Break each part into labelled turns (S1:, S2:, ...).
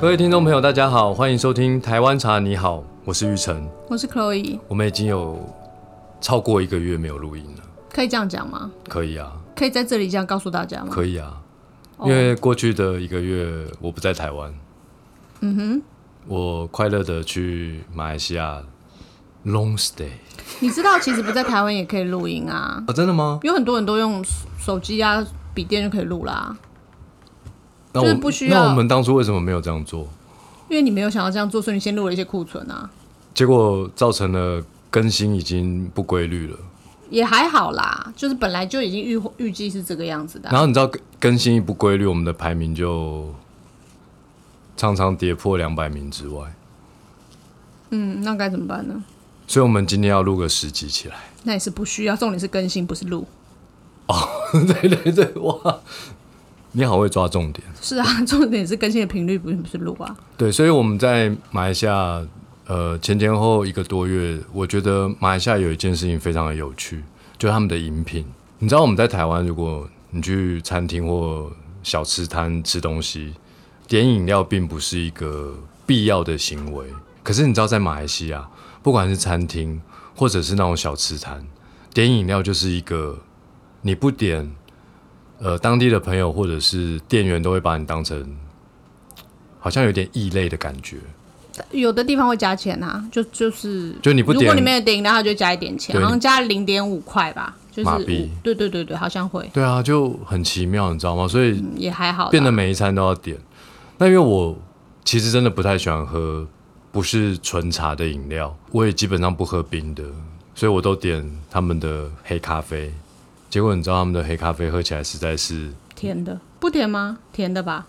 S1: 各位听众朋友，大家好，欢迎收听《台湾茶你好》，我是玉成。
S2: 我是 Chloe，
S1: 我们已经有超过一个月没有录音了，
S2: 可以这样讲吗？
S1: 可以啊，
S2: 可以在这里这样告诉大家吗？
S1: 可以啊，
S2: 哦
S1: 因为过去的一个月我不在台湾，嗯哼，我快乐的去马来西亚 long stay
S2: 你知道其实不在台湾也可以录音啊，
S1: 啊，真的吗？
S2: 有很多人都用手手机啊、笔电就可以录啦，
S1: 那
S2: 就是
S1: 我
S2: 不需要
S1: 那我们当初为什么没有这样做？
S2: 因为你没有想要这样做，所以你先录了一些库存啊，
S1: 结果造成了更新已经不规律了。
S2: 也还好啦，就是本来就已经预预计是这个样子的啊、
S1: 然后你知道更更新一不规律，我们的排名就常常跌破两百名之外，
S2: 嗯，那该怎么办呢？
S1: 所以我们今天要录个十集起来。
S2: 那也是不需要，重点是更新，不是录。
S1: 对对对，哇，你好会抓重点。
S2: 是啊， 重点是更新的频率，不是不是录啊。
S1: 对，所以我们在马来西亚，呃，前前后后一个多月，我觉得马来西亚有一件事情非常的有趣，就是他们的饮品。你知道我们在台湾，如果你去餐厅或小吃摊吃东西，点饮料并不是一个必要的行为。可是你知道，在马来西亚，不管是餐厅或者是那种小吃摊，点饮料就是一个你不点，呃，当地的朋友或者是店员都会把你当成好像有点异类的感觉。
S2: 有的地方会加钱啊，就就是
S1: 就你不点
S2: 如果你没有点饮料，他就加一点钱，
S1: 对
S2: 好像加零点五块吧，就是
S1: 马
S2: 五
S1: 币
S2: 对对对对，好像会。
S1: 对啊，就很奇妙，你知道
S2: 嗯
S1: 吗？所以
S2: 也还好啦，
S1: 变得每一餐都要点。那因为我其实真的不太喜欢喝不是纯茶的饮料，我也基本上不喝冰的，所以我都点他们的黑咖啡。结果你知道他们的黑咖啡喝起来实在是，
S2: 甜的，不甜吗？甜的吧，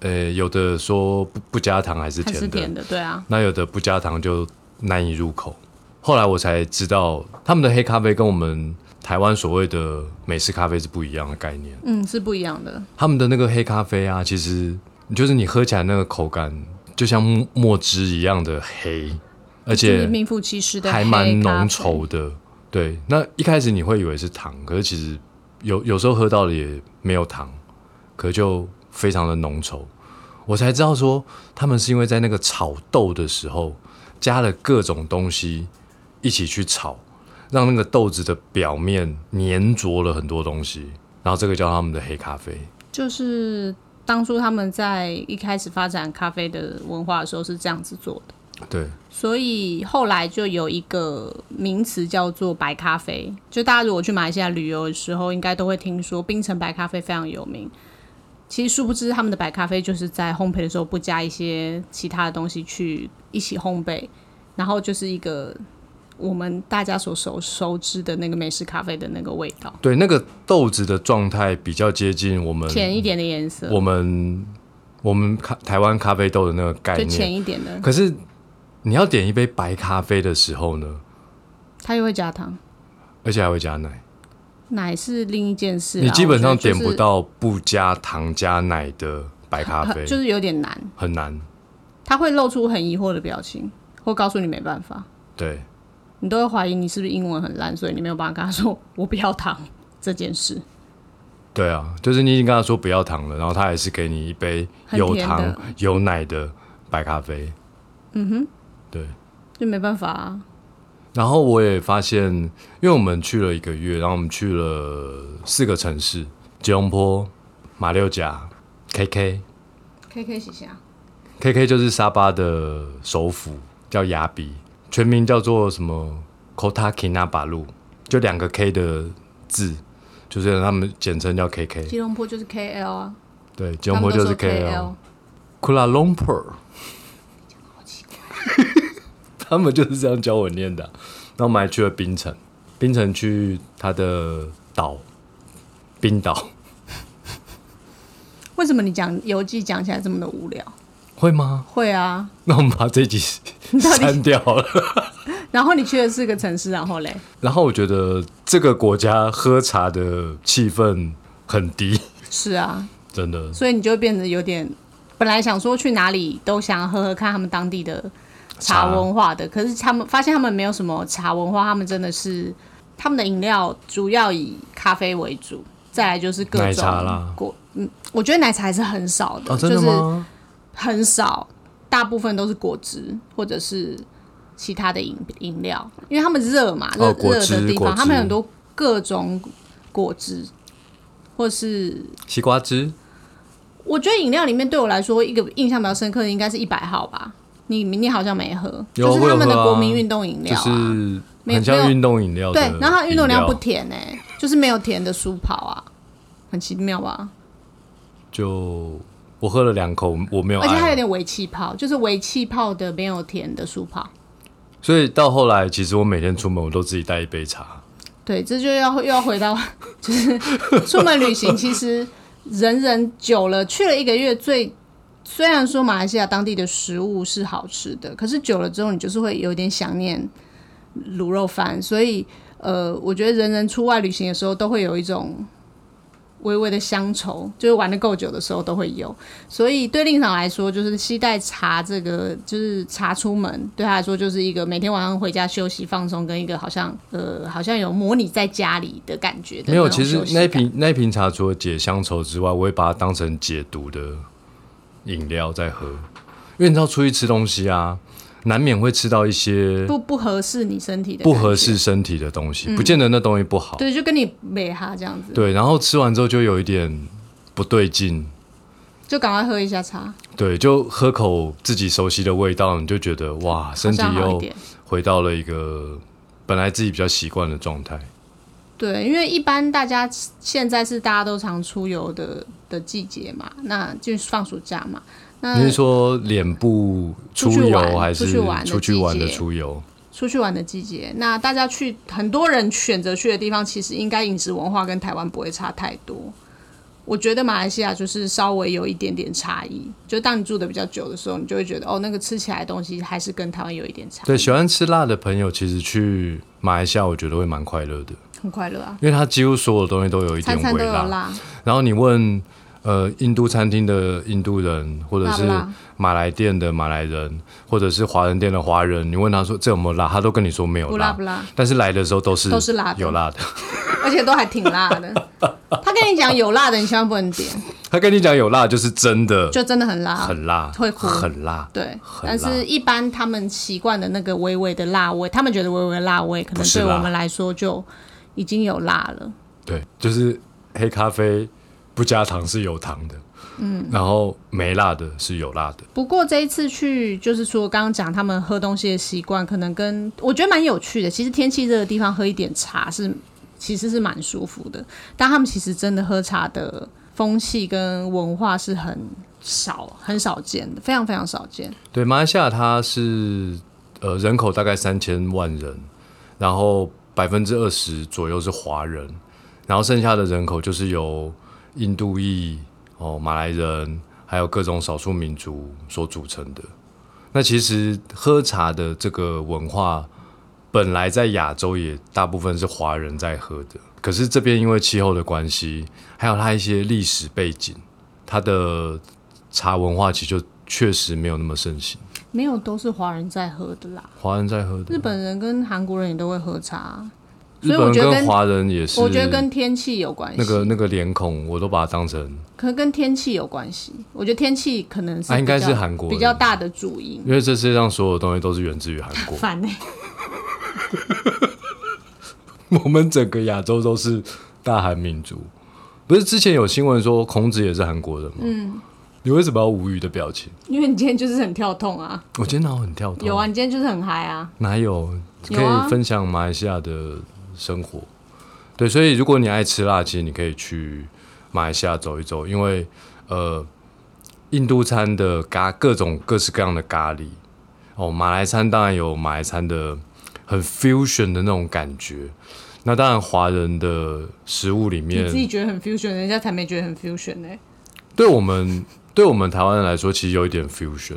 S1: 呃，有的说不不加糖还是
S2: 还
S1: 甜
S2: 是
S1: 的，
S2: 甜的，对啊，
S1: 那有的不加糖就难以入口。后来我才知道，他们的黑咖啡跟我们台湾所谓的美式咖啡是不一样的概念。
S2: 嗯，是不一样的，
S1: 他们的那个黑咖啡啊，其实就是你喝起来那个口感，就像墨墨汁一样的黑，而
S2: 就是
S1: 且
S2: 名副其实的
S1: 还
S2: 黑
S1: 蛮
S2: 咖
S1: 浓
S2: 啡
S1: 稠的。对，那一开始你会以为是糖，可是其实有有时候喝到了也没有糖，可就非常的浓稠。我才知道说，他们是因为在那个炒豆的时候加了各种东西一起去炒，让那个豆子的表面粘着了很多东西，然后这个叫他们的黑咖啡。
S2: 就是当初他们在一开始发展咖啡的文化的时候是这样子做的，
S1: 对，
S2: 所以后来就有一个名词叫做白咖啡，就大家如果去马来西亚旅游的时候，应该都会听说冰城白咖啡非常有名。其实殊不知，他们的白咖啡就是在烘焙的时候不加一些其他的东西去一起烘焙，然后就是一个我们大家所熟熟知的那个美式咖啡的那个味道，
S1: 对，那个豆子的状态比较接近我们
S2: 浅一点的颜色，
S1: 我们我们咖台湾咖啡豆的那个概
S2: 就
S1: 念。
S2: 浅一点的，
S1: 可是你要点一杯白咖啡的时候呢，
S2: 它又会加糖。
S1: 而且还会加奶，
S2: 奶是另一件事啦，啊
S1: 你基本上点
S2: 我
S1: 不
S2: 觉得
S1: 到不加糖加奶的白咖
S2: 啊 就是
S1: 啡，
S2: 很就是有点难。
S1: 很难。
S2: 他会露出很疑惑的表情，或告诉你没办法，
S1: 对，
S2: 你都会怀疑你是不是英文很烂，所以你没有办法跟他说“我不要糖”这件事。
S1: 对啊，就是你已经跟他说不要糖了，然后他还是给你一杯
S2: 很
S1: 有
S2: 甜
S1: 糖
S2: 的
S1: 有奶的白咖啡。嗯哼，对。
S2: 就没办法啊，
S1: 然后我也发现，因为我们去了一个月，然后我们去了四个城市：吉隆坡、马六甲、KK。
S2: K K 洗下，
S1: KK 就是沙巴的首府，叫雅比，全名叫做什么 Kota Kinabalu，就两个 K 的字，就是他们简称叫 KK。
S2: 吉隆坡就是 K L 啊，
S1: 对，吉
S2: 他
S1: 隆
S2: 们
S1: 坡
S2: 都
S1: 就
S2: 说
S1: 是
S2: K
S1: KL。Kuala Lumpur。他们就是这样教我念的。然后我们还去了槟城，槟城去它的岛，冰岛
S2: 为什么你讲游记讲起来这么的无聊？
S1: 会吗？
S2: 会啊，
S1: 那我们把这集删掉 了。
S2: 然后你去了四个城市，然后嘞，
S1: 然后我觉得这个国家喝茶的气氛很低，
S2: 是啊，
S1: 真的。
S2: 所以你就会变得有点，本来想说去哪里都想要喝喝看他们当地的茶文化的，可是他们发现他们没有什么茶文化，他们真的是他们的饮料主要以咖啡为主，再来就是各种
S1: 奶茶啦
S2: 果，嗯，我觉得奶茶还是很少的，
S1: 哦，真
S2: 就
S1: 的
S2: 是
S1: 吗？
S2: 很少，大部分都是果汁或者是其他的饮饮料，因为他们热嘛，热
S1: 哦果
S2: 热、
S1: 汁
S2: 的地
S1: 果
S2: 方，
S1: 汁
S2: 他们有很多各种果汁，或是
S1: 西瓜汁
S2: 我觉得饮料里面对我来说，一个印象比较深刻的应该是一百号吧。你你好像没喝，
S1: 有
S2: 就是
S1: 我有
S2: 他们的
S1: 喝啊
S2: 国民运动饮
S1: 就
S2: 料啊，
S1: 是
S2: 没
S1: 很
S2: 没
S1: 像
S2: 有
S1: 运动饮料的
S2: 对，然后它运动饮料
S1: 饮
S2: 不甜哎、就是没有甜的舒跑啊，很奇妙吧？
S1: 就我喝了两口，我没有
S2: 而且它有
S1: 爱，
S2: 点微气泡，就是微气泡的没有甜的舒跑。
S1: 所以到后来，其实我每天出门我都自己带一杯茶。
S2: 对，这就要又要回到，就是 出门旅行，其实人人久了去了一个月最。虽然说马来西亚当地的食物是好吃的，可是久了之后你就是会有点想念卤肉饭，所以呃，我觉得人人出外旅行的时候都会有一种微微的乡愁，就是玩的够久的时候都会有。所以对令长来说，就是期待茶这个，就是茶出门，对他来说就是一个每天晚上回家休息放松，跟一个好像呃好像有模拟在家里的感觉的
S1: 没有，
S2: 那种
S1: 其实
S2: 休息
S1: 那一
S2: 感
S1: 瓶那一瓶茶除了解乡愁之外，我会把它当成解毒的饮料在喝，因为你知道出去吃东西啊，难免会吃到一些
S2: 不不合适你身体的
S1: 不
S2: 感觉
S1: 合适，身体的东西，不见得那东西不好。
S2: 嗯对，就跟你美哈这样子，
S1: 对，然后吃完之后就有一点不对劲，
S2: 就赶快喝一下茶，
S1: 对，就喝口自己熟悉的味道，你就觉得哇，身体
S2: 好像好一
S1: 又
S2: 点。
S1: 回到了一个本来自己比较习惯的状态。
S2: 对，因为一般大家现在是大家都常出游的的季节嘛，那就是放暑假嘛。那
S1: 你是说脸部
S2: 嗯出
S1: 出
S2: 去玩
S1: 油还是
S2: 出去玩的
S1: 出去玩的
S2: 季节
S1: 出油？
S2: 出去玩的季节，那大家去很多人选择去的地方，其实应该饮食文化跟台湾不会差太多。我觉得马来西亚就是稍微有一点点差异，就当你住的比较久的时候，你就会觉得哦，那个吃起来的东西还是跟台湾有一点差，
S1: 对，喜欢吃辣的朋友，其实去马来西亚我觉得会蛮快乐的，
S2: 很快乐啊，
S1: 因为它几乎所有东西都有一点
S2: 餐餐都
S1: 微
S2: 有
S1: 辣。
S2: 辣，
S1: 然后你问呃印度餐厅的印度人，或者
S2: 辣不
S1: 是
S2: 辣？
S1: 马来店的马来人，或者是华人店的华人，你问他说这有没有辣，他都跟你说没有
S2: 不辣不辣，
S1: 但是来的时候都是
S2: 都是辣的
S1: 有辣的。
S2: 而且都还挺辣 的。他跟你讲有辣的，你千万不能点，
S1: 他跟你讲有辣，就是真的
S2: 就真的很辣，
S1: 很辣，
S2: 会哭
S1: 很辣。
S2: 对，
S1: 很
S2: 但
S1: 辣
S2: 是一般他们习惯的那个微微的辣味，他们觉得微微的辣味，可
S1: 不
S2: 能
S1: 是
S2: 对
S1: 辣
S2: 我们来说就已经有辣了。
S1: 对，就是黑咖啡不加糖是有糖的，嗯，然后没辣的是有辣的。
S2: 不过这一次去，就是说刚刚讲他们喝东西的习惯，可能跟我觉得蛮有趣的。其实天气热的地方喝一点茶是其实是蛮舒服的，但他们其实真的喝茶的风气跟文化是很少很少见的，非常非常少见。
S1: 对，马来西亚它是呃人口大概三千万人，然后百分之二十左右是华人，然后剩下的人口就是由印度裔、哦马来人，还有各种少数民族所组成的。那其实喝茶的这个文化，本来在亚洲也大部分是华人在喝的，可是这边因为气候的关系，还有它一些历史背景，它的茶文化其实就确实没有那么盛行，
S2: 没有都是华人在喝的啦，
S1: 华人在喝的。
S2: 日本人跟韩国人也都会喝茶，所以
S1: 日
S2: 我
S1: 本
S2: 觉
S1: 人
S2: 得
S1: 跟
S2: 跟
S1: 华人也是，
S2: 我觉得跟天气有关系，
S1: 那个那个脸孔，我都把它当成，
S2: 可能跟天气有关系。我觉得天气可能是
S1: 啊应该
S2: 比较
S1: 是韩国人
S2: 比较大的主因。
S1: 因为这世界上所有东西都是源自于韩国，
S2: 烦欸呢、
S1: 我们整个亚洲都是大韩民族。不是之前有新闻说孔子也是韩国人吗？嗯，你为什么要无语的表情？
S2: 因为你今天就是很跳痛啊，
S1: 我今天脑很跳动，
S2: 有啊，，你今天就是很嗨啊，
S1: 哪有？可
S2: 有啊
S1: 以分享马来西亚的生活。对，所以如果你爱吃辣，其实你可以去马来西亚走一走，因为呃，印度餐的咖各种各式各样的咖喱，哦，马来餐当然有马来餐的很 fusion 的那种感觉。那当然，华人的食物里
S2: 你
S1: 面
S2: 自，己觉得很 fusion，人家才没觉得很 fusion 欸呢、
S1: 对我们对我们台湾人来说，其实有一点 fusion，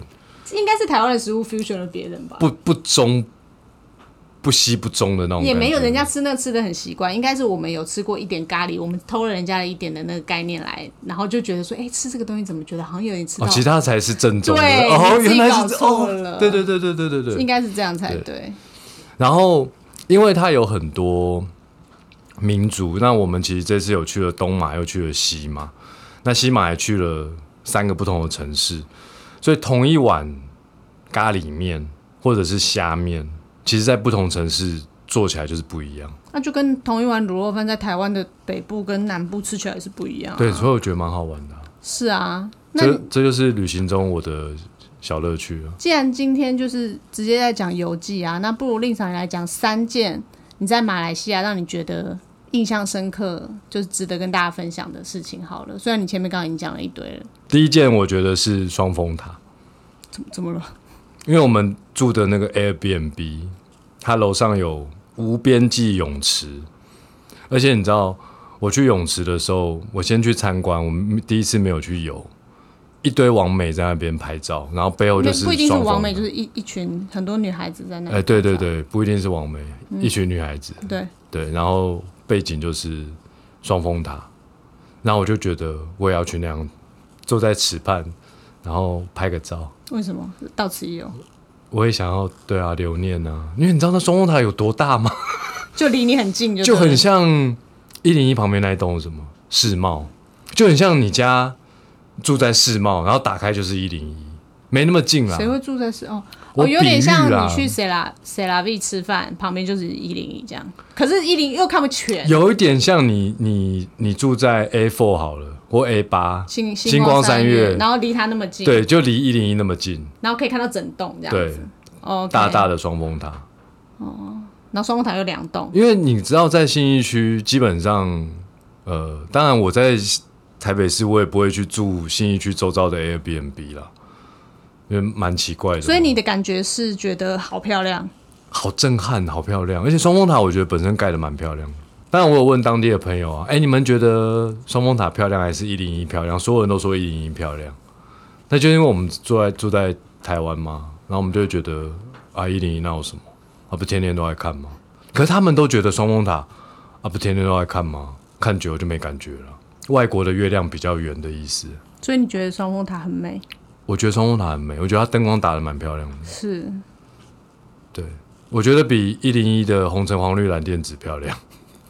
S2: 应该是台湾的食物 fusion 了别人吧。
S1: 不不中不西不中的那种感觉，
S2: 也没有人家吃那吃的很习惯，应该是我们有吃过一点咖喱，我们偷了人家的一点的那个概念来，然后就觉得说，哎、吃这个东西怎么觉得好像有点吃到
S1: 哦，其他才是正宗的。
S2: 对
S1: 哦，
S2: 你
S1: 原
S2: 自己
S1: 来
S2: 搞
S1: 是
S2: 错
S1: 哦
S2: 了，
S1: 对对对对对对对。
S2: 应该是这样才
S1: 对
S2: 对。
S1: 然后，因为它有很多民族，那我们其实这次有去了东马，又去了西马，那西马还去了三个不同的城市。所以同一碗咖喱面或者是虾面，其实在不同城市做起来就是不一样。
S2: 那就跟同一碗卤肉饭在台湾的北部跟南部吃起来是不一样、啊。
S1: 对，所以我觉得蛮好玩的啊、
S2: 是啊。那
S1: 这这就是旅行中我的小乐趣了。
S2: 既然今天就是直接在讲游记啊，那不如令常来讲三件你在马来西亚让你觉得印象深刻，就是值得跟大家分享的事情好了。虽然你前面刚刚已经讲了一堆了，
S1: 第一件我觉得是双峰塔，
S2: 怎么怎么了？
S1: 因为我们住的那个 Airbnb，它楼上有无边际泳池，而且你知道，我去泳池的时候，我先去参观，我们第一次没有去游，一堆网美在那边拍照，然后背后就
S2: 那
S1: 是
S2: 不一定是
S1: 双峰
S2: 完美，就是一一群很多女孩子在那里。
S1: 哎，对对对，不一定是网美，
S2: 嗯
S1: 一群女孩子，
S2: 对，
S1: 对，然后背景就是双峰塔，然后我就觉得我也要去那样坐在池畔，然后拍个照。
S2: 为什么到此一游？
S1: 我也想要对啊，留念啊，因为你知道那双峰塔有多大吗？
S2: 就离你很近就
S1: 就
S2: 对了
S1: 很像一零一旁边那一栋是什么世贸，就很像你家住在世贸，然后打开就是一零一，没那么近啦
S2: 谁。会住在是哦？
S1: 我
S2: 哦，有点像
S1: 比喻啦
S2: 你去塞拉塞拉 V 吃饭，旁边就是一零一这样，可是一零又看不全。
S1: 有一点像你你你住在 A four 好了，或 A 八，
S2: 星
S1: 星光
S2: 光
S1: 三
S2: 月
S1: 月，
S2: 然后离它那么近，
S1: 对，就离一零一那么近，
S2: 然后可以看到整栋这样
S1: 对
S2: 子，，哦，
S1: 大大，的双峰塔。
S2: 然后双峰塔有两栋，
S1: 因为你知道，在信义区基本上，呃，当然我在台北市，我也不会去住信义区周遭的 Airbnb 啦，因为蛮奇怪的。
S2: 所以你的感觉是觉得好漂亮，
S1: 好震撼，好漂亮，而且双峰塔我觉得本身盖的蛮漂亮的。当然，我有问当地的朋友啊，哎、你们觉得双峰塔漂亮还是一零一漂亮？所有人都说一零一漂亮，那就因为我们住在住在台湾嘛，然后我们就会觉得啊，一零一那有什么啊？不天天都在看吗？可是他们都觉得双峰塔啊，不天天都在看吗？看久了就没感觉了。外国的月亮比较圆的意思，
S2: 所以你觉得双峰塔很美，
S1: 我觉得双峰塔很美，我觉得它灯光打的蛮漂亮的。
S2: 是
S1: 对，我觉得比一零一的红橙黄绿蓝靛紫漂亮。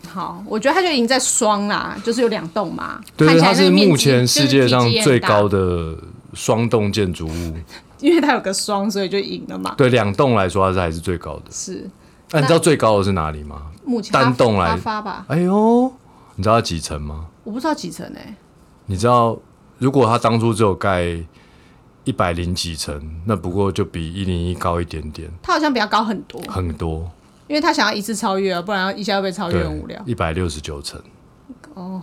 S2: 好，我觉得它就已经在双啦，就是有两栋嘛，
S1: 对，
S2: 看起来
S1: 它是
S2: 面积
S1: 目前世界上最，高
S2: 就是体积很大
S1: 的双栋建筑物。
S2: 因为它有个双，所以就赢了嘛，
S1: 对，两栋来说，它是还是最高的。啊
S2: 是
S1: 那、你知道最高的是哪里吗？
S2: 目前
S1: 单栋来
S2: 发发吧，
S1: 哎呦，你知道它几层吗？
S2: 我不知道几层哎，
S1: 你知道，如果它当初只有盖一百零几层，那不过就比一零一高一点点，
S2: 它好像比较高很多，
S1: 很多。
S2: 因为它想要一次超越啊，不然一下要被超越
S1: 对
S2: 很无聊，哦
S1: 一百六十九层，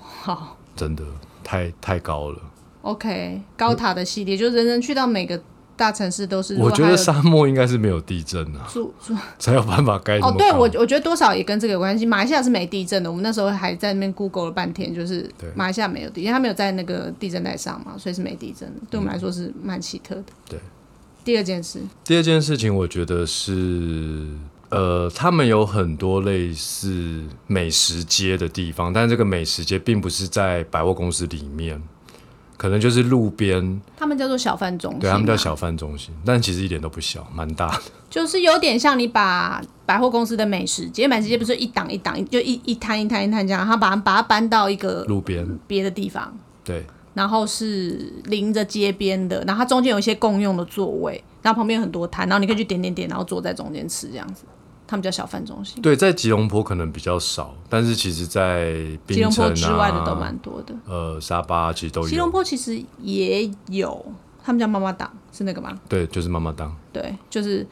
S2: 好。
S1: 真的太太高了。
S2: OK，高塔的系列，就人人去到每个大城市都是。如
S1: 我
S2: 果
S1: 觉
S2: 还
S1: 得
S2: 有
S1: 沙漠应该是没有地震啊，
S2: 住住
S1: 才有办法盖那
S2: 哦
S1: 么，高。
S2: 对我我觉得多少也跟这个有关系。马来西亚是没地震的，我们那时候还在那边 Google 了半天，就是
S1: 对
S2: 马来西亚没有地，因为它没有在那个地震带上嘛，所以是没地震的。对我们来说是蛮奇特的。
S1: 对，
S2: 第二件事，
S1: 第二件事情，我觉得是，呃，他们有很多类似美食街的地方，但这个美食街并不是在百货公司里面，可能就是路边，
S2: 他们叫做小贩中心嘛，啊
S1: 对他们叫小贩中心，但其实一点都不小，蛮大的。
S2: 就是有点像你把百货公司的美食街，美食街不是一档一档，就一一摊一摊一摊这样，然后把它把它搬到一个
S1: 路边，
S2: 别的地方。
S1: 对
S2: 然后是临着街边的，然后它中间有一些共用的座位，然后旁边有很多摊，然后你可以去点点点，然后坐在中间吃这样子。他们叫小贩中心，
S1: 对，在吉隆坡可能比较少，但是其实在
S2: 吉
S1: 槟
S2: 隆
S1: 城
S2: 坡
S1: 啊、
S2: 之外的都蛮多的。
S1: 呃沙巴其实都
S2: 吉隆
S1: 有，
S2: 坡其实也有，他们叫妈妈档，是那个吗？
S1: 对，就是妈妈档。
S2: 对，就是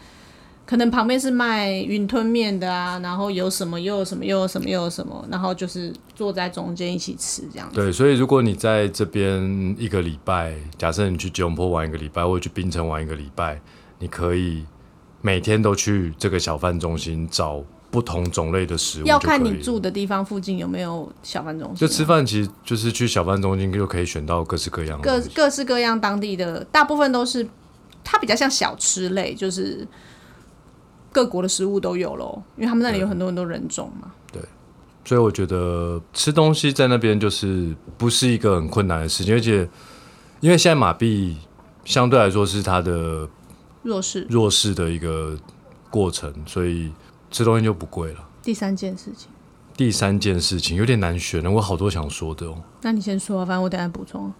S2: 可能旁边是卖云吞面的啊，然后有什么又有什么又有什么又有什么，然后就是坐在中间一起吃这样子。
S1: 对，所以如果你在这边一个礼拜，假设你去吉隆坡玩一个礼拜，或者去槟城玩一个礼拜，你可以每天都去这个小贩中心找不同种类的食物，
S2: 要看
S1: 就可以
S2: 你
S1: 了
S2: 住的地方附近有没有小贩中心啊。
S1: 就吃饭，其实就是去小贩中心就可以选到各式各样的
S2: 各
S1: 东西
S2: 各式各样当地的，大部分都是它比较像小吃类，就是各国的食物都有咯，因为他们那里有很多很多人种嘛。
S1: 所以我觉得吃东西在那边就是不是一个很困难的事情，而且因为现在马币相对来说是它的
S2: 弱势
S1: 弱势的一个过程，所以吃东西就不贵了。
S2: 第三件事情，
S1: 第三件事情有点难选了，我好多想说的哦。
S2: 那你先说啊，反正我等一下补充。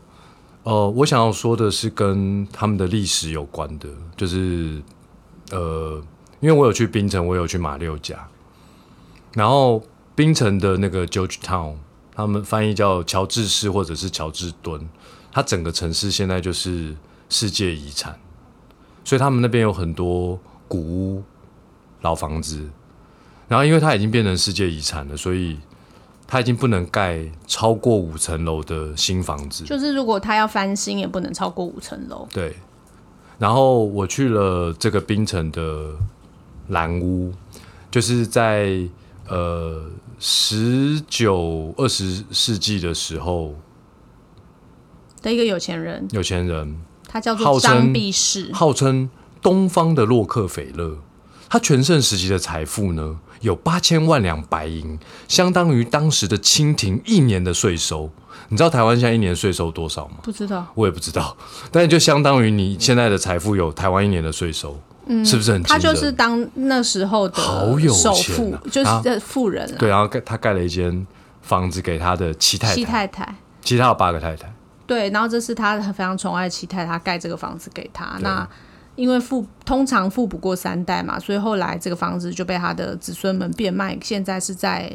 S1: 呃，我想要说的是跟他们的历史有关的，就是呃，因为我有去槟城，我有去马六甲，然后槟城的那个 George Town，他们翻译叫乔治市或者是乔治敦，它整个城市现在就是世界遗产，所以他们那边有很多古屋、老房子，然后因为它已经变成世界遗产了，所以它已经不能盖超过五层楼的新房子。
S2: 就是如果他要翻新，也不能超过五层楼。
S1: 对，然后我去了这个槟城的蓝屋，就是在呃十九二十世纪的时候，
S2: 的一个有钱人，
S1: 有钱人
S2: 他叫
S1: 号
S2: 做
S1: 称
S2: 张弼士，
S1: 号称东方的洛克菲勒，他全盛时期的财富呢有八千万两白银，相当于当时的清廷一年的税收。你知道台湾现在一年税收多少吗？
S2: 不知道
S1: 我也不知道，但就相当于你现在的财富有台湾一年的税收，是不是很惊
S2: 嗯他
S1: 人？
S2: 就是当那时候的
S1: 好有
S2: 首
S1: 钱
S2: 富
S1: 啊，
S2: 就是
S1: 啊
S2: 呃富人啊，
S1: 对，然后盖他盖了一间房子给他的七太太，
S2: 七太太。
S1: 其他有八个太太，
S2: 对，然后这是他非常宠爱的七太，他盖这个房子给他。那因为富通常富不过三代嘛，所以后来这个房子就被他的子孙们变卖，现在是在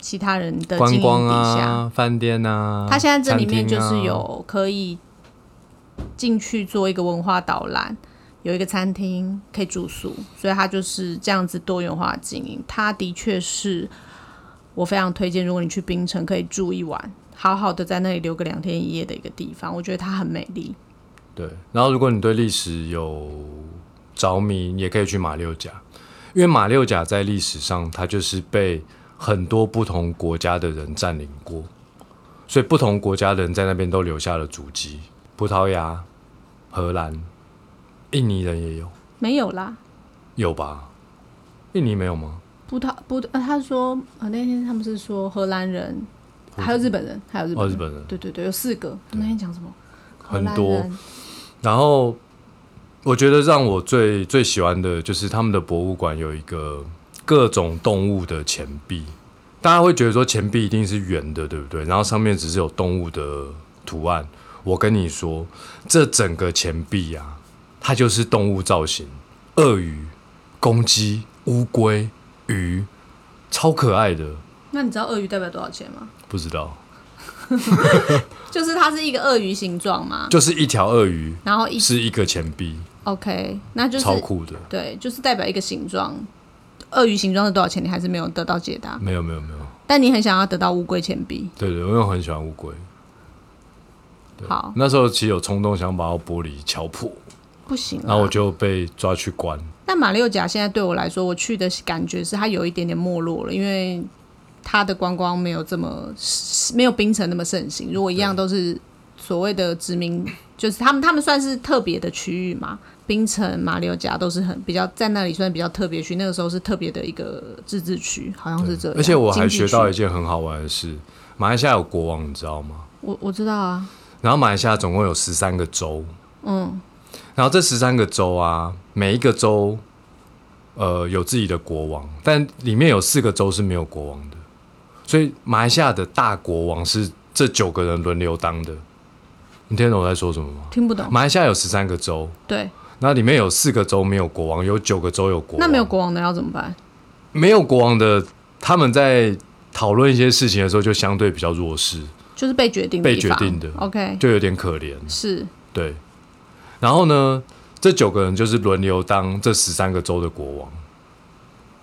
S2: 其他人的经
S1: 观
S2: 营
S1: 光
S2: 底下。
S1: 啊，饭店啊，
S2: 他现在这里面就
S1: 餐
S2: 是
S1: 厅啊
S2: 有可以进去做一个文化导览，有一个餐厅可以住宿，所以他就是这样子多元化经营。他的确是我非常推荐，如果你去槟城可以住一晚，好好的在那里留个两天一夜的一个地方，我觉得它很美丽。
S1: 对，然后如果你对历史有着迷，你也可以去马六甲，因为马六甲在历史上它就是被很多不同国家的人占领过，所以不同国家的人在那边都留下了足迹，葡萄牙、荷兰、印尼人也有，
S2: 没有啦，
S1: 有吧？印尼没有吗？
S2: 葡萄葡萄、呃他说呃那天他们是说荷兰人，还有日本人，还有日本
S1: 哦，
S2: 人，
S1: 日本人。
S2: 对对对，有四个。他们那天讲什么？荷
S1: 很
S2: 兰
S1: 多
S2: 人
S1: 然后我觉得让我最最喜欢的就是他们的博物馆有一个各种动物的钱币，大家会觉得说钱币一定是圆的，对不对？然后上面只是有动物的图案。我跟你说，这整个钱币啊，它就是动物造型，鳄鱼、公鸡、乌龟、鱼，超可爱的。
S2: 那你知道鳄鱼代表多少钱吗？
S1: 不知道，
S2: 就是它是一个鳄鱼形状嘛，
S1: 就是一条鳄鱼
S2: 然后一
S1: 是一个钱币，
S2: OK，那就是
S1: 超酷的。
S2: 对，就是代表一个形状。鳄鱼形状是多少钱？你还是没有得到解答，
S1: 没有没有没有，
S2: 但你很想要得到乌龟钱币。
S1: 对对，因为我很喜欢乌龟。
S2: 好，
S1: 那时候其实有冲动想把我玻璃敲破，
S2: 不行啦。
S1: 然后我就被抓去关。
S2: 但马六甲现在对我来说，我去的感觉是它有一点点没落了，因为它的观光没有这么没有槟城那么盛行。如果一样都是所谓的殖民，就是他们他们算是特别的区域嘛，槟城、马六甲都是很比较在那里算比较特别区，那个时候是特别的一个自治区，好像是这样。
S1: 而且我还学到一
S2: 经济区
S1: 件很好玩的事：马来西亚有国王，你知道吗？
S2: 我我知道啊，
S1: 然后马来西亚总共有十三个州，嗯，然后这十三个州啊，每一个州呃有自己的国王，但里面有四个州是没有国王的，所以马来西亚的大国王是这九个人轮流当的。你听得懂我在说什么吗？
S2: 听不懂。
S1: 马来西亚有十三个州，
S2: 对，
S1: 那里面有四个州没有国王，有九个州有国王。
S2: 那没有国王的要怎么办？
S1: 没有国王的，他们在讨论一些事情的时候，就相对比较弱势，
S2: 就是被决定
S1: 被
S2: 地方
S1: 决定的
S2: OK，
S1: 就有点可怜。
S2: 是
S1: 对，然后呢，这九个人就是轮流当这十三个州的国王，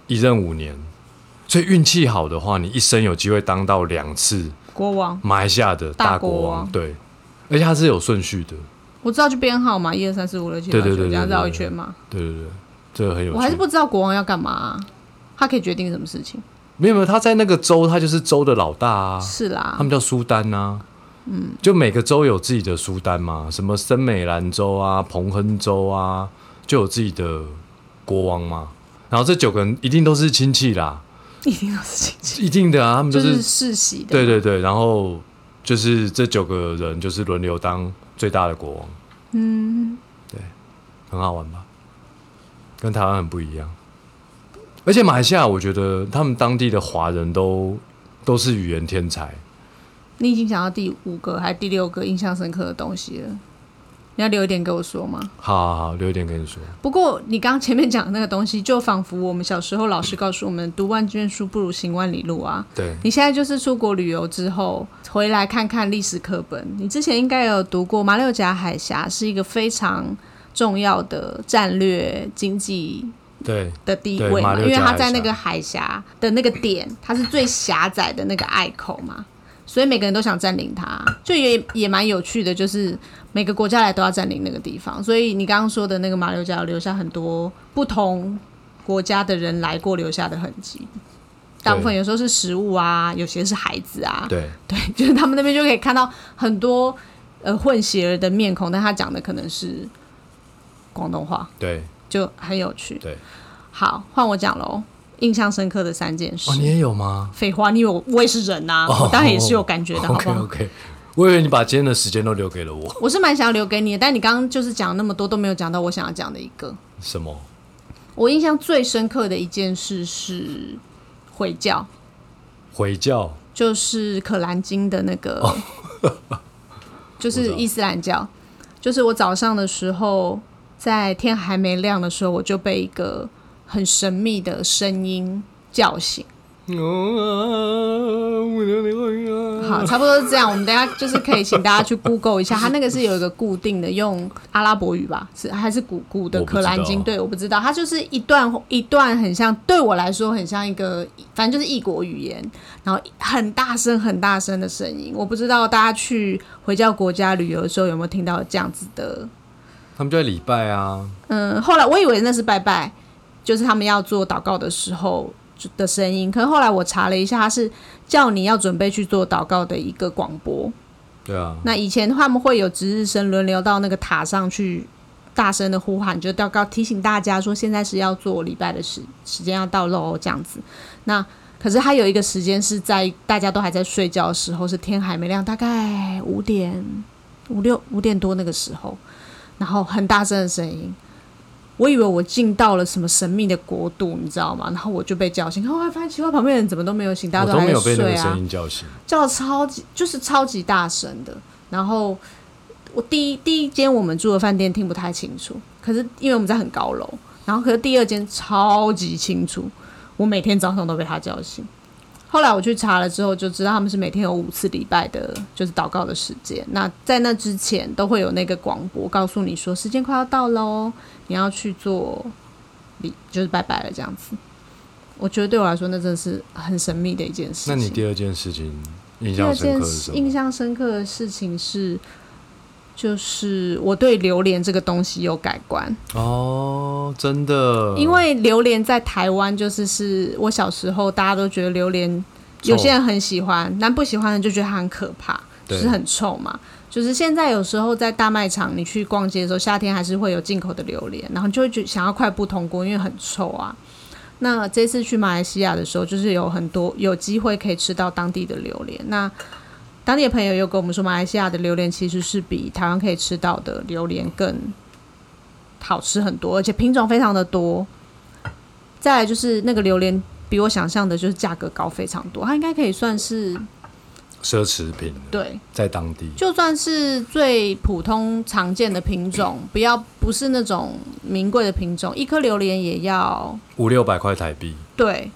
S1: 一任五年。所以运气好的话，你一生有机会当到两次
S2: 国王。
S1: 马来西亚的大
S2: 大国
S1: 国王。
S2: 王
S1: 对，而且它是有顺序的。
S2: 我知道就编号嘛，一二三四五六七八
S1: 对对
S2: 九，
S1: 对
S2: 这样
S1: 对
S2: 绕一
S1: 对
S2: 圈嘛。
S1: 对对对，这个很有趣。
S2: 我还是不知道国王要干嘛、啊他可以决定什么事情。
S1: 没有没有，他在那个州，他就是州的老大啊。
S2: 是啦
S1: 他，们叫苏丹啊，嗯，就每个州有自己的苏丹嘛，什么森美兰州啊、彭亨州啊，就有自己的国王嘛。然后这九个人一定都是亲戚啦，
S2: 一定要是亲戚，
S1: 一定的啊，他们
S2: 就
S1: 就是、
S2: 是世袭的。
S1: 对，对对，然后就是这九个人就是轮流当最大的国王，嗯，对，很好玩吧？跟台湾很不一样，而且马来西亚我觉得他们当地的华人都都是语言天才，
S2: 你已经想到第五个还是第六个印象深刻的东西了，你要留一点给我说吗？
S1: 好好好，留一点跟你说。
S2: 不过你刚刚前面讲的那个东西，就仿佛我们小时候老师告诉我们“读万卷书不如行万里路”啊。
S1: 对，
S2: 你现在就是出国旅游之后回来看看历史课本，你之前应该有读过马六甲海峡是一个非常重要的战略经济
S1: 对，
S2: 的地
S1: 对
S2: 位
S1: 马
S2: 嘛，
S1: 六
S2: 因为
S1: 甲
S2: 它
S1: 海
S2: 在那
S1: 峡
S2: 个海峡的那个点，它是最狭窄的那个隘口嘛，所以每个人都想占领它，就也也蛮有趣的，就是每个国家来都要占领那个地方，所以你刚刚说的那个马六甲有留下很多不同国家的人来过留下的痕迹。大部分有时候是食物啊，有些是孩子啊，
S1: 对，
S2: 对，就是他们那边就可以看到很多呃混血儿的面孔，但他讲的可能是广东话，
S1: 对，
S2: 就很有趣。
S1: 对，
S2: 好，换我讲喽。印象深刻的三件事
S1: 哦，。你也有吗
S2: 废话，你以为我我也是人呐、
S1: 哦
S2: 我当然也是有感觉的，好 不
S1: ？OK
S2: 好
S1: OK，我以为你把今天的时间都留给了我。
S2: 我是蛮想要留给你的，但你刚刚就是讲那么多都没有讲到我想要讲的一个。
S1: 什么？
S2: 我印象最深刻的一件事是回教，
S1: 回教？
S2: 就是《可兰经》的那个，
S1: 哦
S2: 就是伊斯兰教。就是我早上的时候，在天还没亮的时候，我就被一个很神秘的声音叫醒。好，差不多是这样。我们等一下就是可以请大家去 Google 一下，它那个是有一个固定的用阿拉伯语吧，是还是古古的
S1: 我不
S2: 可
S1: 知道
S2: 兰经？对，我不知道，它就是一段一段很像，对我来说很像一个，反正就是异国语言，然后很大声很大声的声音。我不知道大家去回教国家旅游的时候有没有听到这样子的
S1: 他们就在礼拜啊。
S2: 嗯，后来我以为那是拜拜，就是他们要做祷告的时候就的声音。可是后来我查了一下，它是叫你要准备去做祷告的一个广播。
S1: 对啊，
S2: 那以前他们会有值日生轮流到那个塔上去大声的呼喊，就祷告提醒大家说现在是要做礼拜的时时间要到喽，这样子。那可是它有一个时间是在大家都还在睡觉的时候，是天还没亮，大概五点五六五点多那个时候，然后很大声的声音。我以为我进到了什么神秘的国度，你知道吗？然后我就被叫醒，后哦来发现奇怪，旁边人怎么都没有醒，大
S1: 我
S2: 家
S1: 都
S2: 都还
S1: 没
S2: 在
S1: 有被那
S2: 睡
S1: 个
S2: 啊
S1: 声。音叫醒。
S2: 叫超级就是超级大声的。然后我第一第一间我们住的饭店听不太清楚，可是因为我们在很高楼，然后可是第二间超级清楚，我每天早上都被他叫醒。后来我去查了之后，就知道他们是每天有五次礼拜的，就是祷告的时间。那在那之前都会有那个广播告诉你说时间快要到喽，你要去做礼，就是拜拜了这样子。我觉得对我来说，那真的是很神秘的一件事情。
S1: 那你第二件事情印
S2: 第
S1: 象
S2: 二件
S1: 深刻是什
S2: 印
S1: 么？
S2: 象深刻的事情是，就是我对榴莲这个东西有改观，
S1: 哦，真的，
S2: 因为榴莲在台湾就是是我小时候大家都觉得榴莲，有些人很喜欢，但不喜欢的就觉得它很可怕，就
S1: 对
S2: 是很臭嘛。就是现在有时候在大卖场你去逛街的时候，夏天还是会有进口的榴莲，然后你就会觉想要快步通过，因为很臭啊。那这次去马来西亚的时候，就是有很多有机会可以吃到当地的榴莲。那当地的朋友有跟我们说，马来西亚的榴莲其实是比台湾可以吃到的榴莲更好吃很多，而且品种非常的多。再来就是那个榴莲比我想象的就是价格高非常多，它应该可以算是
S1: 奢侈品
S2: 对，
S1: 在当地
S2: 就算是最普通常见的品种，不要不是那种名贵的品种，一颗榴莲也要
S1: 五六百块台币，
S2: 对，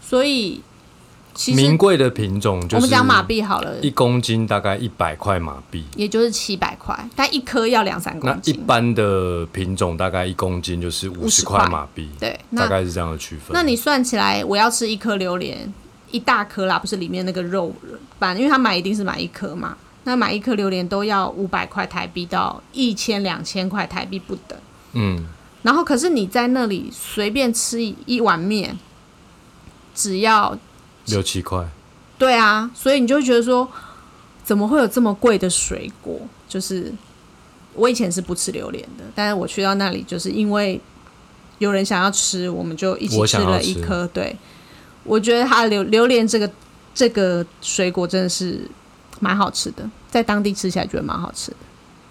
S2: 所以其实
S1: 名贵的品种就是
S2: 我们讲马币好了，
S1: 一公斤大概一百块马币，
S2: 也就是七百块，但一颗要两三
S1: 那
S2: 公
S1: 一
S2: 斤。
S1: 般的品种大概一公斤就是五
S2: 50
S1: 十
S2: 块
S1: 块马币，
S2: 对，
S1: 大
S2: 那
S1: 概是这样的区分。
S2: 那你算起来，我要吃一颗榴莲，一大颗啦，不是里面那个肉瓣，因为他买一定是买一颗嘛。那买一颗榴莲都要五百块台币到一千两千块台币不等。
S1: 嗯，
S2: 然后可是你在那里随便吃一一碗面，只要
S1: 六七块，
S2: 对啊，所以你就会觉得说，怎么会有这么贵的水果？就是我以前是不吃榴莲的，但是我去到那里，就是因为有人想要吃，我们就一起
S1: 我
S2: 吃
S1: 想要
S2: 了
S1: 吃
S2: 一颗。对，我觉得它的榴榴莲这个这个水果真的是蛮好吃的，在当地吃起来觉得蛮好吃的。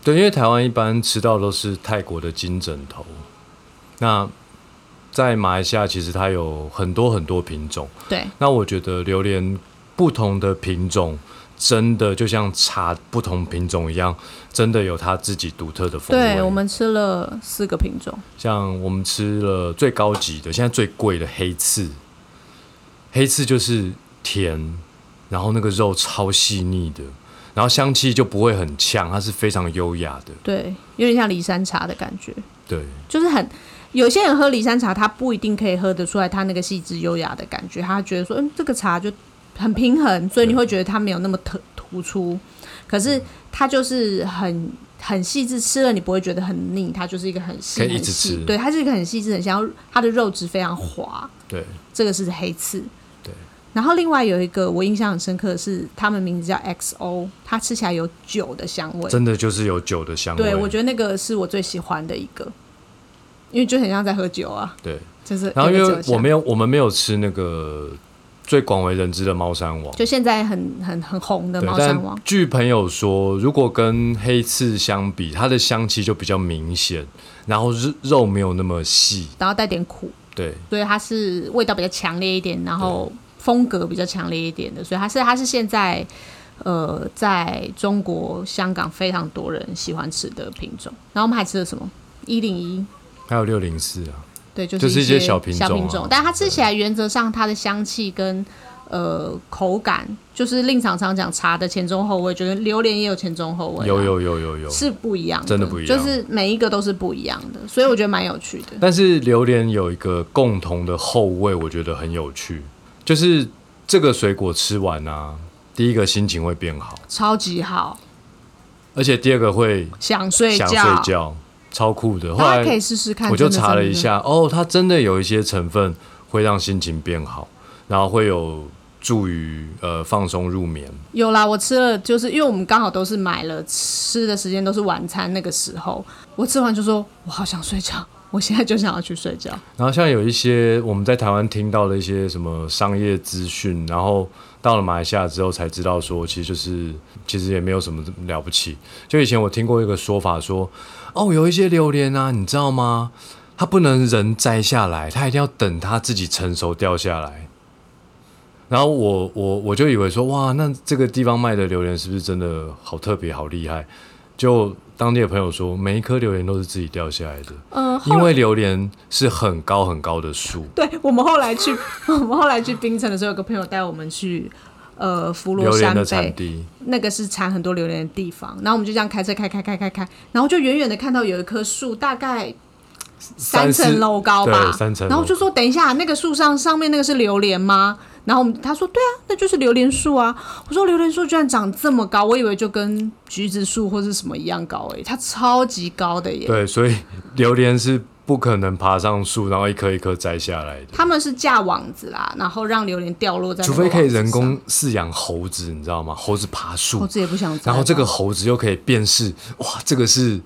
S1: 对，因为台湾一般吃到都是泰国的金枕头，那在马来西亚其实它有很多很多品种。
S2: 对，
S1: 那我觉得榴莲不同的品种真的就像茶不同品种一样，真的有它自己独特的风味。
S2: 对我们吃了四个品种，
S1: 像我们吃了最高级的，现在最贵的黑刺，黑刺就是甜，然后那个肉超细腻的，然后香气就不会很呛，它是非常优雅的。
S2: 对，有点像梨山茶的感觉，
S1: 对，
S2: 就是很有些人喝梨山茶，他不一定可以喝得出来他那个细致优雅的感觉，他觉得说，嗯，这个茶就很平衡，所以你会觉得它没有那么突突出，可是它就是很。很细致，吃了你不会觉得很腻，它就是一个很细
S1: 可以一
S2: 很
S1: 直
S2: 细
S1: 吃，
S2: 对，它是一个很细致，很香，它的肉质非常滑，
S1: 对，
S2: 这个是黑刺。
S1: 对。
S2: 然后另外有一个我印象很深刻的是，他们名字叫 XO，它吃起来有酒的香味。
S1: 真的就是有酒的香味。
S2: 对，我觉得那个是我最喜欢的一个，因为就很像在喝酒啊，
S1: 对。
S2: 就是
S1: 然后
S2: 有
S1: 因
S2: 个
S1: 为
S2: 酒香
S1: 我没有，我们没有吃那个最广为人知的猫山王，
S2: 就现在很很很红的
S1: 对，
S2: 猫山
S1: 但
S2: 王，
S1: 据朋友说，如果跟黑刺相比，它的香气就比较明显，然后肉肉没有那么细。
S2: 然后带点苦，
S1: 对，
S2: 所以它是味道比较强烈一点，然后风格比较强烈一点的，所以它是它是现在呃在中国香港非常多人喜欢吃的品种。然后我们还吃了什么？一零一，
S1: 还有六零四啊，
S2: 对，就是
S1: 就是一
S2: 一
S1: 些
S2: 些
S1: 小品种啊
S2: 但它吃起来原则上它的香气跟呃口感，就是令常常讲茶的前中后味，就是榴莲也有前中后味啊、
S1: 有有有有有。
S2: 是不一样的，
S1: 真的不一样
S2: 就是每一个都是不一样的，所以我觉得蛮有趣的。
S1: 但是榴莲有一个共同的后味，我觉得很有趣，就是这个水果吃完啊，第一个心情会变好，
S2: 超级好，
S1: 而且第二个会
S2: 想睡觉，
S1: 想睡觉，超酷的。后
S2: 大
S1: 来
S2: 家可以试试看。
S1: 我就
S2: 真的
S1: 查了一，
S2: 真的
S1: 下，哦，它真的有一些成分会让心情变好，然后会有助于呃放松入眠。
S2: 有啦，我吃了，就是因为我们刚好都是买了吃的时间都是晚餐那个时候，我吃完就说我好想睡觉，我现在就想要去睡觉。
S1: 然后像有一些我们在台湾听到的一些什么商业资讯，然后到了马来西亚之后才知道说，其实就是其实也没有什么了不起。就以前我听过一个说法说，哦，有一些榴莲啊，你知道吗？它不能人摘下来，它一定要等它自己成熟掉下来。然后我我我就以为说，哇，那这个地方卖的榴莲是不是真的好特别、好厉害？就当地的朋友说，每一颗榴莲都是自己掉下来的。
S2: 嗯、
S1: 因为榴莲是很高很高的树，
S2: 对我们后来去，我们后来去槟城的时候，有个朋友带我们去呃福罗
S1: 榴
S2: 山
S1: 莲的产
S2: 北，
S1: 地，
S2: 那个是产很多榴莲的地方。然后我们就这样开车开开开开开，然后就远远的看到有一棵树，大概三
S1: 四
S2: 层楼高吧
S1: 对，三层楼
S2: 然后我就说等一下，那个树上上面那个是榴莲吗？然后我们他说对啊，那就是榴莲树啊。我说榴莲树居然长这么高，我以为就跟橘子树或是什么一样高诶、它超级高的耶。
S1: 对，所以榴莲是不可能爬上树，然后一颗一颗摘下来的，
S2: 他们是架网子啦，然后让榴莲掉落在那
S1: 除
S2: 个
S1: 非可以
S2: 网子
S1: 人
S2: 上，
S1: 工饲养猴子，你知道吗？猴子爬
S2: 我
S1: 树，
S2: 自己也不想摘吧。
S1: 然后这个猴子又可以辨识，哇，这个是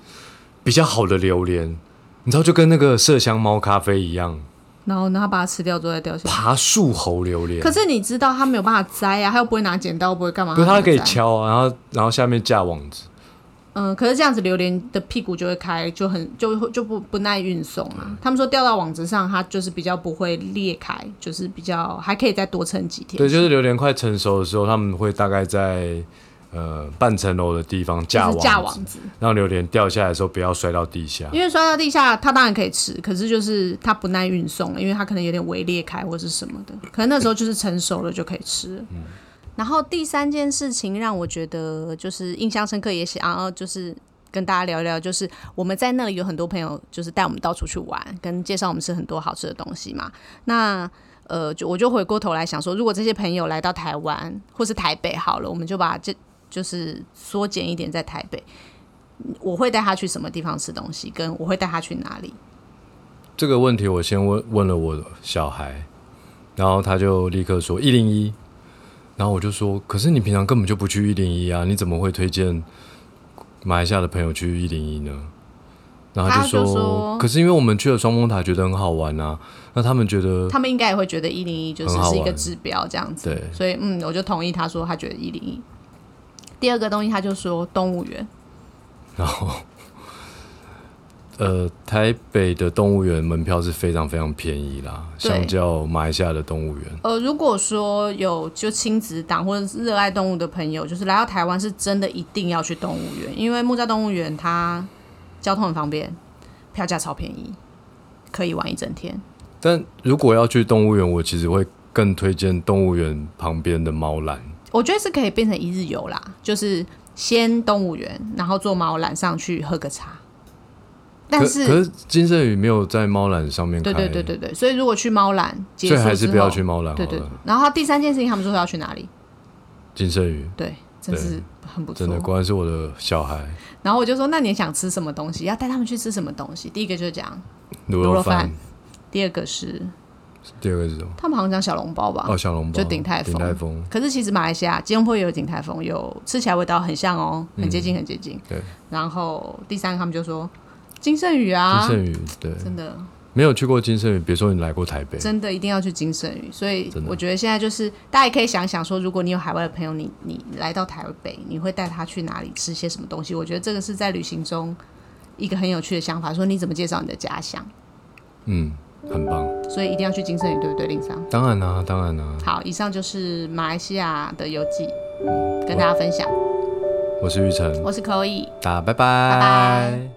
S1: 比较好的榴莲，你知道，就跟那个麝香猫咖啡一样，
S2: 然后呢，他把它吃掉之后再掉下来。
S1: 爬树猴榴莲
S2: 可。是你知道他没有办法摘啊，他又不会拿剪刀，不会干嘛？
S1: 不是，它可以
S2: 摘。
S1: 敲啊，然后然后下面架网子，
S2: 嗯，可是这样子榴莲的屁股就会开，就很就会就不不耐运送啊。他们说掉到网子上，它就是比较不会裂开，就是比较还可以再多撑几天。
S1: 对，就是榴莲快成熟的时候，他们会大概在呃半层楼的地方架网
S2: 就是
S1: 子，
S2: 架网子，
S1: 让榴莲掉下来的时候不要摔到地下。
S2: 因为摔到地下，它当然可以吃，可是就是它不耐运送了，因为它可能有点微裂开或是什么的，可能那时候就是成熟了就可以吃了。然后第三件事情让我觉得就是印象深刻，也想要就是跟大家聊一聊，就是我们在那里有很多朋友，就是带我们到处去玩，跟介绍我们吃很多好吃的东西嘛。那呃，就我就回过头来想说，如果这些朋友来到台湾或是台北好了，我们就把这就是缩减一点在台北。我会带他去什么地方吃东西，跟我会带他去哪里。
S1: 这个问题我先问问了我小孩，然后他就立刻说一零一，然后我就说，可是你平常根本就不去一零一啊，你怎么会推荐马来西亚的朋友去一零一呢？然后
S2: 他
S1: 就说，
S2: 就说
S1: 可是因为我们去了双峰塔，觉得很好玩啊，那他们觉得
S2: 他们应该也会觉得一零一就是
S1: 很好玩
S2: 是一个指标这样子，
S1: 对
S2: 所以嗯，我就同意他说他觉得一零一。第二个东西他就说动物园，
S1: 然后 呃，台北的动物园门票是非常非常便宜啦，
S2: 对
S1: 相较马来西亚的动物园。
S2: 呃，如果说有就亲子党或者是热爱动物的朋友，就是来到台湾是真的一定要去动物园，因为木栅动物园它交通很方便，票价超便宜，可以玩一整天。
S1: 但如果要去动物园，我其实会更推荐动物园旁边的猫缆。
S2: 我觉得是可以变成一日游啦，就是先动物园，然后坐猫缆上去喝个茶。但
S1: 可
S2: 是，
S1: 可是金圣宇没有在猫缆上面开，
S2: 对对对对对，所以如果去猫缆
S1: 所以
S2: 结束之后，
S1: 还是不要去猫缆好
S2: 对对
S1: 了。，
S2: 然后第三件事情，他们说要去哪里？
S1: 金圣宇
S2: 对，真
S1: 对
S2: 是很不错
S1: 真。的果然是我的小孩，
S2: 然后我就说，那你想吃什么东西？要带他们去吃什么东西？第一个就是讲，
S1: 卤
S2: 肉
S1: 肉
S2: 饭
S1: 饭，
S2: 第二个是
S1: 第二个是什么？
S2: 他们好像讲小笼包吧？
S1: 哦，小笼包，
S2: 就鼎泰丰
S1: 鼎泰丰，
S2: 可是其实马来西亚吉隆坡也有景泰丰，有吃起来味道很像哦，很接近，很接近。
S1: 嗯对。
S2: 然后第三个他们就说金圣宇啊
S1: 金，圣宇，对，
S2: 真的
S1: 没有去过金圣宇，别说你来过台北，
S2: 真的一定要去金圣宇。所以
S1: 真的
S2: 我觉得现在就是大家也可以想想说，如果你有海外的朋友，你你来到台北，你会带他去哪里吃些什么东西？我觉得这个是在旅行中一个很有趣的想法，说你怎么介绍你的家乡，
S1: 嗯，很棒。
S2: 所以一定要去金圣宇，对不对，令桑？
S1: 当然啦、啊当然啦、
S2: 好，以上就是马来西亚的游记，跟大家分享。
S1: 我是玉成，
S2: 我是 Chloe。
S1: 大家拜
S2: 拜拜